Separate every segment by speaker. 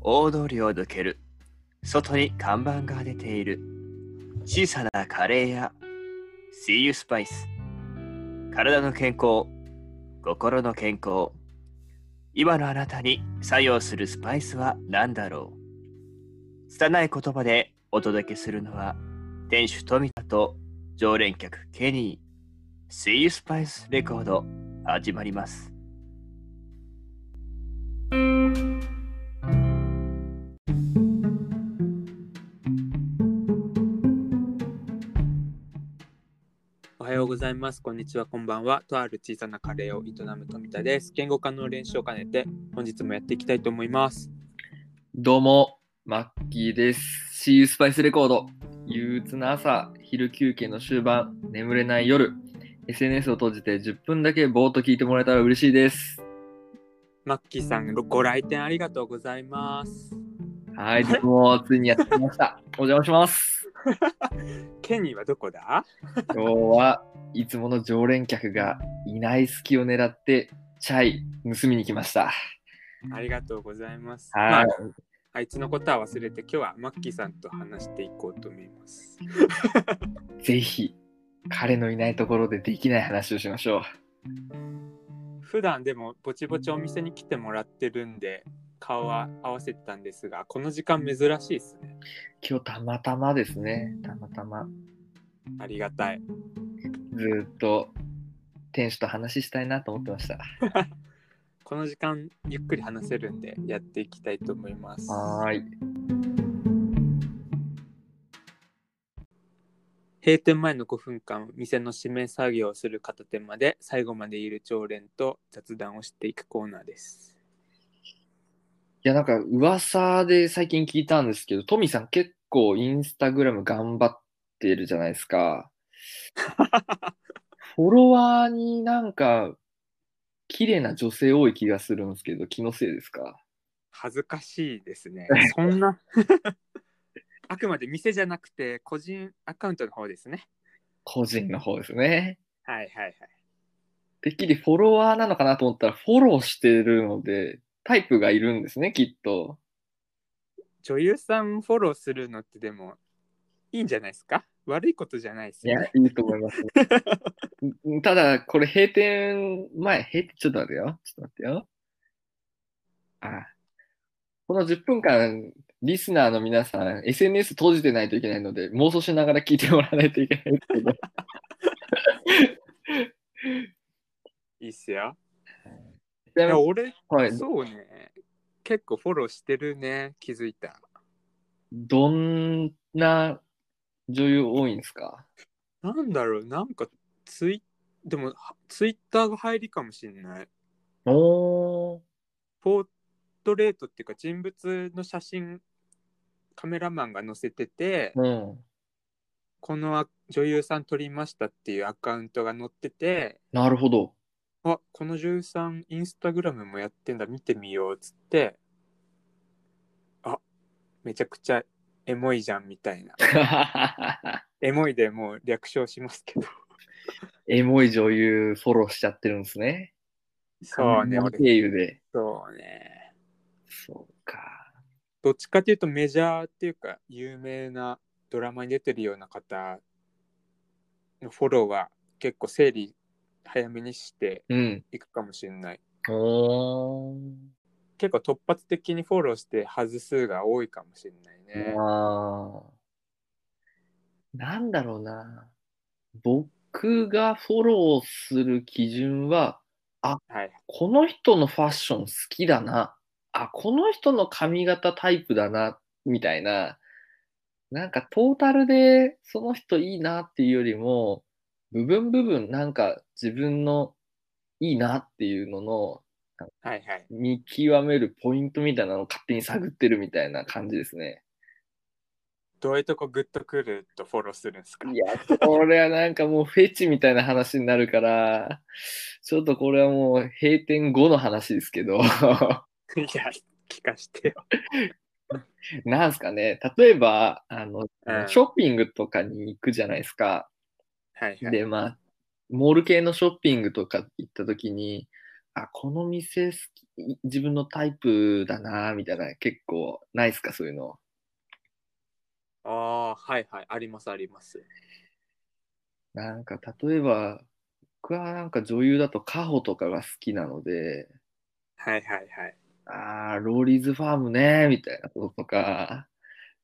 Speaker 1: 大通りを抜ける。外に看板が出ている。小さなカレー屋。See you spice。体の健康。心の健康。今のあなたに作用するスパイスは何だろう拙い言葉でお届けするのは店主富田と常連客ケニー See you spice レコード始まります
Speaker 2: おはようございます。こんにちは、こんばんは。とある小さなカレーを営む富田です。言語化の練習を兼ねて、本日もやっていきたいと思います。
Speaker 3: どうも、マッキーです。See You Spice Record。憂鬱な朝、昼休憩の終盤、眠れない夜、SNS を閉じて10分だけぼーっと聞いてもらえたら嬉しいです。
Speaker 2: マッキーさん、ご来店ありがとうございます。
Speaker 3: はい、どうも、ついにやってきました。お邪魔します。
Speaker 2: ケニーはどこだ
Speaker 3: 今日はいつもの常連客がいない隙を狙って、チャイ盗みに来ました。
Speaker 2: ありがとうございます。
Speaker 3: はい
Speaker 2: まあ、あいつのことは忘れて、今日はマッキーさんと話していこうと思います。
Speaker 3: ぜひ、彼のいないところでできない話をしましょう。
Speaker 2: 普段でもぼちぼちお店に来てもらってるんで、顔は合わせてたんですが、この時間珍しいですね。
Speaker 3: 今日たまたまですね。たまたま。
Speaker 2: ありがたい。
Speaker 3: ずーっと店主と話したいなと思ってました。
Speaker 2: この時間ゆっくり話せるんでやっていきたいと思います。
Speaker 3: はーい。
Speaker 2: 閉店前の5分間、店の指名作業をする片手間で最後までいる常連と雑談をしていくコーナーです。
Speaker 3: いや、なんか噂で最近聞いたんですけど、トミーさん結構インスタグラム頑張ってるじゃないです か。フォロワーになんか綺麗な女性多い気がするんですけど、気のせいですか
Speaker 2: 恥ずかしいです ね。そんな。 あくまで店じゃなくて個人アカウントの方ですね。
Speaker 3: 個人の方ですね。
Speaker 2: はいはいはい。
Speaker 3: てっきりフォロワーなのかなと思ったらフォローしてるので、タイプがいるんですね、きっと。
Speaker 2: 女優さんフォローするのってでもいいんじゃないですか悪いことじゃないです
Speaker 3: い
Speaker 2: よ
Speaker 3: や、
Speaker 2: ね。
Speaker 3: いいと思います、ね。ただ、これ閉店前、閉店、ちょっと待ってよ。ちょっと待ってよ。あこの10分間、リスナーの皆さん、SNS 閉じてないといけないので、妄想しながら聞いてもらわないといけないですけど、
Speaker 2: いいっすよ。
Speaker 3: ちないみ
Speaker 2: や
Speaker 3: に
Speaker 2: 俺
Speaker 3: はい、
Speaker 2: そうね。結構フォローしてるね。気づいた。
Speaker 3: どんな女優多いんですか
Speaker 2: なんだろう。なんかツイ、でもはツイッターが入りかもしんない。
Speaker 3: おー、
Speaker 2: ポートレートっていうか人物の写真、カメラマンが載せてて、
Speaker 3: うん。
Speaker 2: このあ女優さん撮りましたっていうアカウントが載ってて、
Speaker 3: なるほど。
Speaker 2: あこの女優さん、インスタグラムもやってんだ、見てみようっつって、あめちゃくちゃエモいじゃんみたいな。エモいでもう略称しますけど。
Speaker 3: エモい女優フォローしちゃってるんですね。
Speaker 2: そうね、
Speaker 3: 俺
Speaker 2: 俺
Speaker 3: 経由で。
Speaker 2: そうね。
Speaker 3: そうか。
Speaker 2: どっちかというとメジャーっていうか、有名なドラマに出てるような方のフォローは結構整理早めにして
Speaker 3: うん。
Speaker 2: いくかもしれない。
Speaker 3: お
Speaker 2: 結構突発的にフォローして外すが多いかもしれないね。
Speaker 3: まあ、なんだろうな。僕がフォローする基準は、
Speaker 2: はい。
Speaker 3: この人のファッション好きだな。あ、この人の髪型タイプだな、みたいな。なんかトータルでその人いいなっていうよりも、部分部分なんか自分のいいなっていうのの
Speaker 2: はいはい。
Speaker 3: 見極めるポイントみたいなのを勝手に探ってるみたいな感じですね。
Speaker 2: どういうとこグッとくるとフォローするんですか
Speaker 3: いや、これはなんかもうフェチみたいな話になるから、ちょっとこれはもう閉店後の話ですけど、
Speaker 2: い や、聞かしてよ。
Speaker 3: なんすかね、例えば、あの、
Speaker 2: うん
Speaker 3: ショッピングとかに行くじゃないですか。
Speaker 2: はいはい。
Speaker 3: で、まあ、モール系のショッピングとか行った時に、あ、この店好き、自分のタイプだな、みたいな、結構、ないっすか、そういうの。
Speaker 2: ああ、はいはい、ありますあります。
Speaker 3: なんか、例えば、僕はなんか女優だとカホとかが好きなので、
Speaker 2: はいはいはい。
Speaker 3: ああ、ローリーズファームね、みたいなこととか。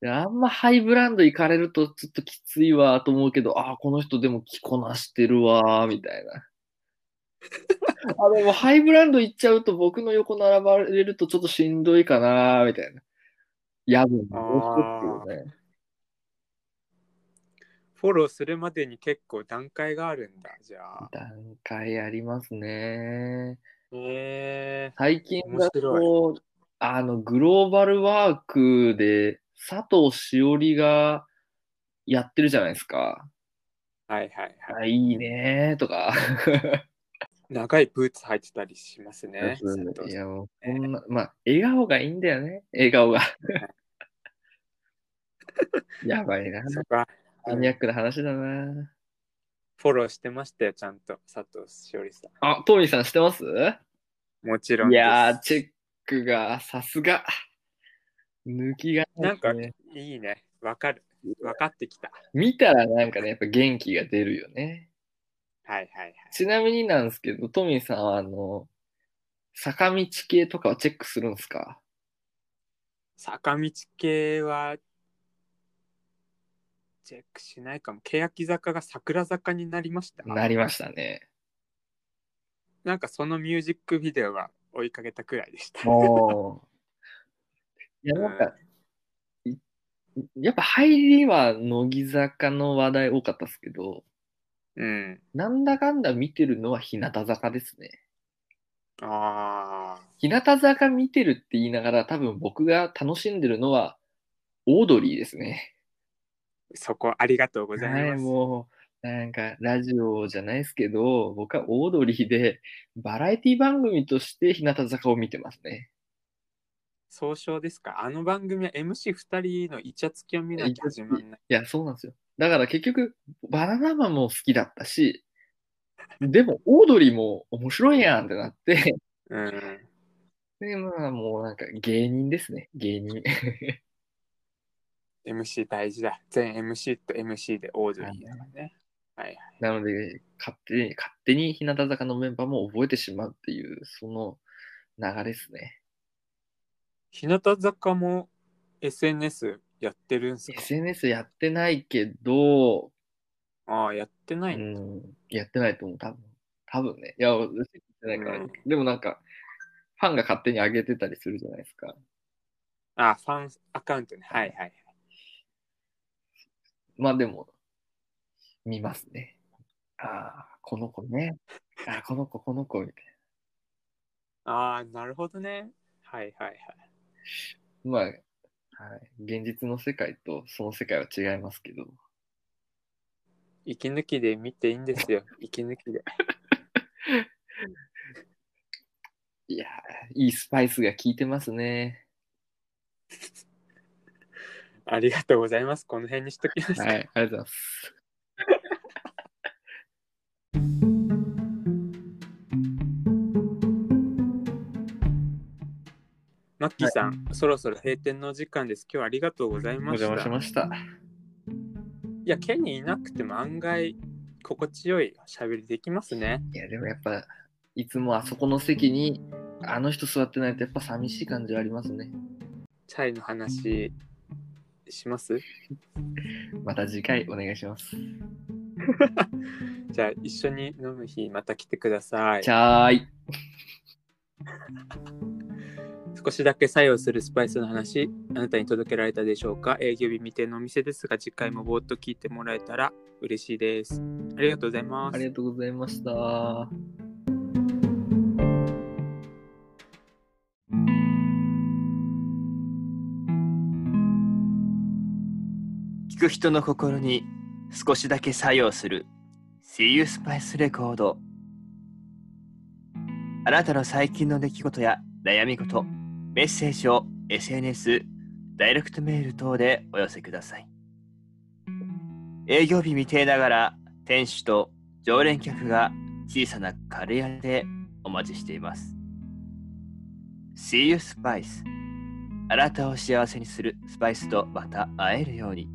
Speaker 3: であんまハイブランド行かれるとちょっときついわと思うけど、ああ、この人でも着こなしてるわ、みたいな。 あでもハイブランド行っちゃうと僕の横並ばれるとちょっとしんどいかな、みたいな。やぶな男っていうね。
Speaker 2: フォローするまでに結構段階があるんだ、じゃあ。
Speaker 3: 段階ありますね。
Speaker 2: へえ
Speaker 3: 最近
Speaker 2: 面
Speaker 3: だと、あの、グローバルワークで佐藤しおりがやってるじゃないですか。
Speaker 2: はいはいはい。
Speaker 3: あいいねーとか。
Speaker 2: 長いブーツ履いてたりしますね。佐
Speaker 3: い
Speaker 2: 藤さん
Speaker 3: やもうこんな、まあ、笑顔がいいんだよね。笑顔が。やばいな。
Speaker 2: そこは
Speaker 3: マニアックな話だな。
Speaker 2: フォローしてましたよ、ちゃんと。佐藤しおりさ
Speaker 3: あ、トミーさん知ってます
Speaker 2: ん。もちろん
Speaker 3: い
Speaker 2: です。
Speaker 3: やー、チェックがさすが。抜きが
Speaker 2: ない
Speaker 3: な
Speaker 2: ん
Speaker 3: です
Speaker 2: か
Speaker 3: ね、
Speaker 2: いいね。わかる。わかってきた。
Speaker 3: 見たらなんかね、やっぱ元気が出るよね。
Speaker 2: はいはいはい。
Speaker 3: ちなみになんですけど、トミーさんはあの、坂道系とかはチェックするんですか
Speaker 2: 坂道系は、チェックしないかも。欅坂が桜坂になりました。
Speaker 3: なりましたね。
Speaker 2: なんかそのミュージックビデオは追いかけたくらいでした。
Speaker 3: もう。いや、なんか、いやっぱ入りは乃木坂の話題多かったですけど、
Speaker 2: うん。
Speaker 3: なんだかんだ見てるのは日向坂ですね。
Speaker 2: ああ。
Speaker 3: 日向坂見てるって言いながら、多分僕が楽しんでるのは、オードリーですね。
Speaker 2: そこありがとうございます。
Speaker 3: はい、もう、なんか、ラジオじゃないですけど、僕はオードリーで、バラエティ番組として日向坂を見てますね。
Speaker 2: 総称ですかあの番組は MC2 人のイチャつきを見なきゃ始まんない。
Speaker 3: いや、そうなんですよ。だから結局、バナナマンも好きだったし、でも、オードリーも面白いやんってなって、
Speaker 2: うん。
Speaker 3: で、まあ、もうなんか芸人ですね、芸人。
Speaker 2: MC 大事だ。全 MC と MC でオードリーだからね。はいはい。
Speaker 3: なので、勝手に、勝手に日向坂のメンバーも覚えてしまうっていう、その流れですね。
Speaker 2: 日向坂も SNS やってるんすか
Speaker 3: SNS やってないけど、
Speaker 2: ああ、やってな
Speaker 3: う
Speaker 2: いんだ。
Speaker 3: ん、やってないと思う、多分。多分ね。いや、私やってないから、
Speaker 2: うん
Speaker 3: でもなんか、ファンが勝手に上げてたりするじゃないですか。
Speaker 2: ああ、ファンアカウントね。はいはい。
Speaker 3: まあでも、見ますね。ああ、この子ね。ああ、この子、この子、みたい
Speaker 2: ああ、なるほどね。はいはいはい。
Speaker 3: な。まあ、はい、現実の世界とその世界は違いますけど。
Speaker 2: 息抜きで見ていいんです よ。息抜きで。
Speaker 3: いやー、いいスパイスが効いてますね。
Speaker 2: ありがとうございます。この辺にしときました。
Speaker 3: はい、ありがとうございます。
Speaker 2: マッキーさん、そろそろ閉店のお時間です。今日はありがとうござい
Speaker 3: お
Speaker 2: ました。
Speaker 3: 邪魔しました。
Speaker 2: いや、ケニーいなくても案外心地よい喋りできますね。
Speaker 3: いや、でもやっぱ、いつもあそこの席に、あの人座ってないとやっぱ寂しい感じはありますね。
Speaker 2: チャイの話します
Speaker 3: また次回お願いします。
Speaker 2: じゃあ一緒に飲む日また来てください
Speaker 3: じ。ゃーい。
Speaker 2: 少しだけ作用するスパイスの話あなたに届けられたでしょうか営業日未定のお店ですが次回もぼーっと聞いてもらえたら嬉しいです。ありがとうございま
Speaker 3: あ
Speaker 2: す
Speaker 3: り。がとうございました。
Speaker 1: 聞く人の心に少しだけ作用する See You Spice Record あなたの最近の出来事や悩み事メッセージを SNS ダイレクトメール等でお寄せください営業日未定ながら店主と常連客が小さなカレー屋でお待ちしています。See you Spice あなたを幸せにするスパイスとまた会えるように。